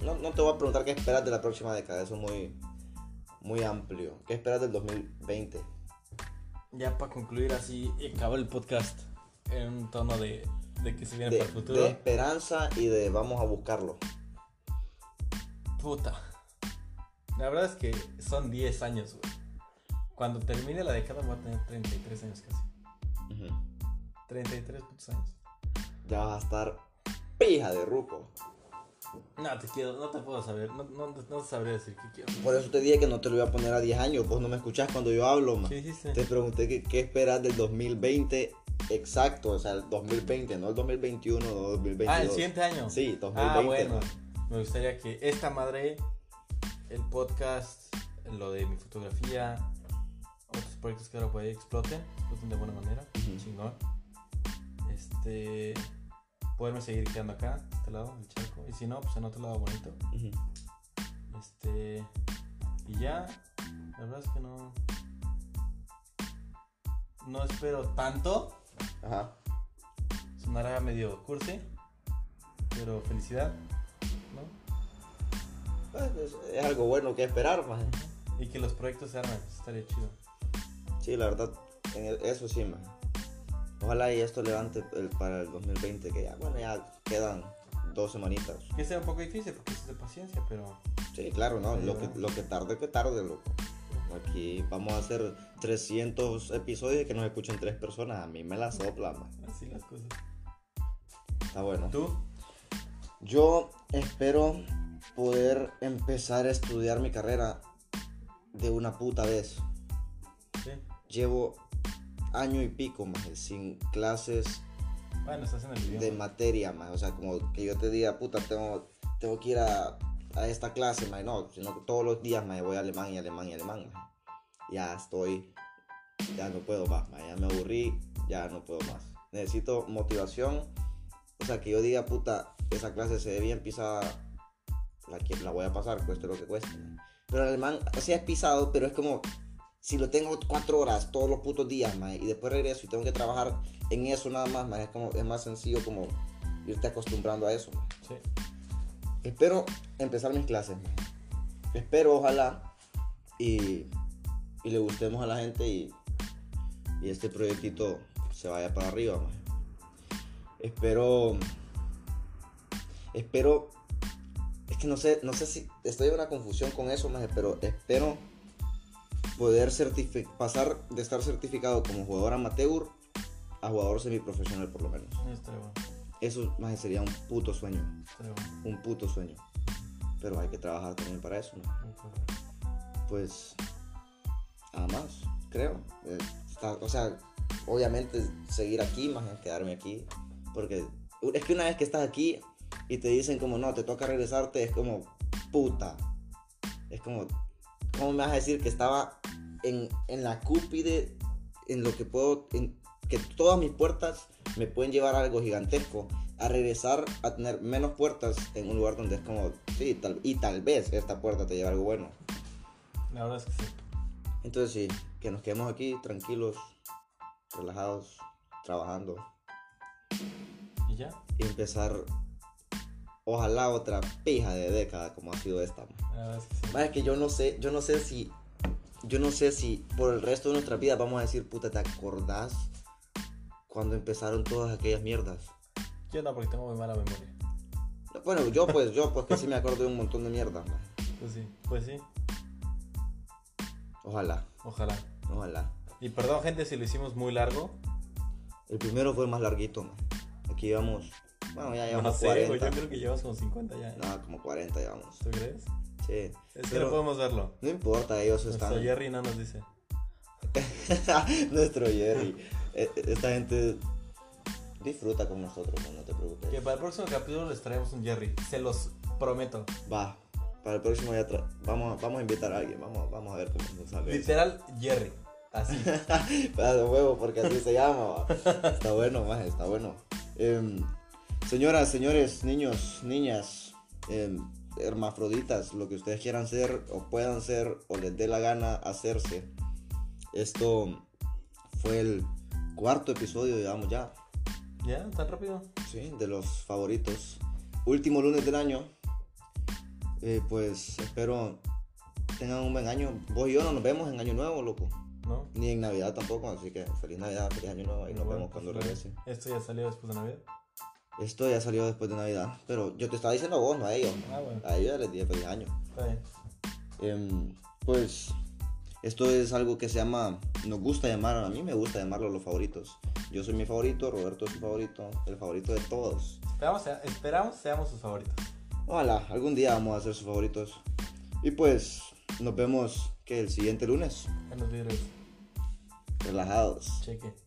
S1: No, no te voy a preguntar qué esperas de la próxima década, eso es muy, muy amplio. ¿Qué esperas del 2020?
S2: Ya para concluir así, acaba el podcast en un tono de, de que se viene
S1: De,
S2: para el futuro.
S1: de esperanza y de vamos a buscarlo.
S2: Puta. La verdad es que son 10 años, güey. Cuando termine la década voy a tener 33 años casi. 33 putos años.
S1: Ya vas a estar pija de ruco.
S2: No, te quiero, no te puedo saber, no, no, no sabré decir qué quiero.
S1: Por eso te dije que no te lo iba a poner a 10 años, vos no me escuchás cuando yo hablo, man.
S2: ¿Qué dijiste?
S1: Te pregunté que, qué esperas del 2020 exacto, o sea, el 2020, no el 2021 o 2022.
S2: Ah, el siguiente año.
S1: Sí, 2020.
S2: Ah, bueno.
S1: man.
S2: Me gustaría que esta madre, el podcast, lo de mi fotografía, otros proyectos que ahora por ahí exploten, exploten de buena manera,
S1: Ujú.
S2: chingón. Este, poderme seguir quedando acá, de este lado, el charco, y si no, pues en otro lado bonito.
S1: Ujú.
S2: Este, y ya, la verdad es que no. No espero tanto,
S1: Ajá.
S2: sonará medio cursi, pero felicidad, ¿no?
S1: Pues, Es, es algo bueno que esperar, man.
S2: Y que los proyectos se armen, eso estaría chido.
S1: Sí, la verdad, en el- eso sí, man. Ojalá y esto levante el- para el 2020, que ya, bueno, ya quedan dos semanitas.
S2: Que sea un poco difícil porque es de paciencia, pero
S1: Sí, claro, no,
S2: Sí,
S1: lo que,
S2: ¿verdad?
S1: lo que tarde, que tarde, loco. Aquí vamos a hacer 300 episodios y que nos escuchen tres personas. A mí me la sopla, man.
S2: así las cosas.
S1: Está bueno.
S2: ¿Tú?
S1: Yo espero poder empezar a estudiar mi carrera de una puta vez.
S2: Sí.
S1: Llevo año y pico, más sin clases
S2: Bueno, estás en el
S1: de
S2: idioma.
S1: materia, más. O sea, como que yo te diga, puta, tengo, tengo que ir a, a esta clase, más. No, sino que todos los días, más, voy a alemán y alemán y alemán, maje. Ya estoy, ya no puedo más, maje, Ya me aburrí, ya no puedo más. Necesito motivación. O sea, que yo diga, puta, esa clase se ve bien pisada, la, que- la voy a pasar, cueste lo que cueste. maje. Pero el alemán, o sea, es pisado, pero es como... Si lo tengo cuatro horas todos los putos días, maje, y después regreso y tengo que trabajar en eso nada más, man. Es, como, es más sencillo como irte acostumbrando a eso. man.
S2: Sí.
S1: Espero empezar mis clases. man. Espero, ojalá, y, y le gustemos a la gente y, y este proyectito se vaya para arriba. man. Espero, espero, es que no sé, no sé si estoy en una confusión con eso, man, pero espero poder certifi- pasar de estar certificado como jugador amateur a jugador semiprofesional por lo menos.
S2: No estaría bueno.
S1: Eso más sería un puto sueño,
S2: Estaría bueno.
S1: un puto sueño. Pero hay que trabajar también para eso, ¿no?
S2: Muy cabrón.
S1: Pues nada más, creo. Eh, está- o sea, obviamente seguir aquí, más quedarme aquí, porque es que una vez que estás aquí y te dicen como no, te toca regresarte, es como puta. Es como, ¿cómo me vas a decir que estaba en, en la cúpide, en lo que puedo, en, que todas mis puertas me pueden llevar a algo gigantesco, a regresar a tener menos puertas en un lugar donde es como, sí, tal, y tal vez esta puerta te lleva a algo bueno.
S2: La verdad es que sí.
S1: Entonces sí, que nos quedemos aquí tranquilos, relajados, trabajando
S2: ¿Y ya?
S1: y empezar, ojalá otra pija de década como ha sido esta. ma.
S2: La verdad es que sí.
S1: Ma, es que yo no sé, yo no sé si yo no sé si por el resto de nuestras vidas vamos a decir, puta, ¿te acordás cuando empezaron todas aquellas mierdas?
S2: Yo no, porque tengo muy mala memoria.
S1: Bueno, yo pues, yo pues que sí me acuerdo de un montón de mierdas. ma.
S2: Pues sí, pues sí.
S1: Ojalá,
S2: Ojalá.
S1: ojalá.
S2: Y perdón, gente, si lo hicimos muy largo.
S1: El primero fue el más larguito, ma. Aquí llevamos, bueno, ya llevamos
S2: no sé, güey,
S1: 40.
S2: yo creo que llevamos como 50 ya. ¿eh?
S1: No, como 40 llevamos.
S2: ¿Tú crees?
S1: Sí.
S2: Es que
S1: Pero
S2: no podemos verlo.
S1: no importa, ellos
S2: Nuestro
S1: están...
S2: Jerry no nos dice.
S1: Nuestro Jerry. Eh, eh, Esta gente disfruta con nosotros, no te preocupes.
S2: Que para el próximo capítulo les traemos un Jerry. Se los prometo.
S1: Va, para el próximo ya tra- vamos, a- vamos a invitar a alguien, vamos, vamos a ver cómo nos sale. eso.
S2: Literal, Jerry. Así.
S1: Ah, de huevo, porque así se llama. va. Está bueno, más, está bueno. Em, señoras, señores, niños, niñas, em, hermafroditas, lo que ustedes quieran ser o puedan ser o les dé la gana hacerse. Esto fue el cuarto episodio, digamos ya.
S2: ¿Ya? ¿Tan rápido?
S1: Sí, de los favoritos. Último lunes del año. Eh, pues espero tengan un buen año. Vos y yo no nos vemos en Año Nuevo, loco.
S2: ¿No?
S1: Ni en Navidad tampoco, así que feliz Navidad, feliz Año Nuevo y nos
S2: Igual,
S1: vemos cuando
S2: pues,
S1: regrese.
S2: Esto ya salió después de Navidad.
S1: Esto ya salió después de Navidad, pero yo te estaba diciendo a vos, no a ellos.
S2: Ah, bueno.
S1: A ellos ya les dije feliz año.
S2: Está bien.
S1: Em, pues esto es algo que se llama, nos gusta llamar, a mí me gusta llamarlo los favoritos. Yo soy mi favorito, Roberto es su favorito, el favorito de todos.
S2: Esperamos, sea- esperamos seamos sus favoritos.
S1: Ojalá, algún día vamos a hacer sus favoritos. Y pues, nos vemos que el siguiente lunes.
S2: En los videos.
S1: Relajados.
S2: Cheque.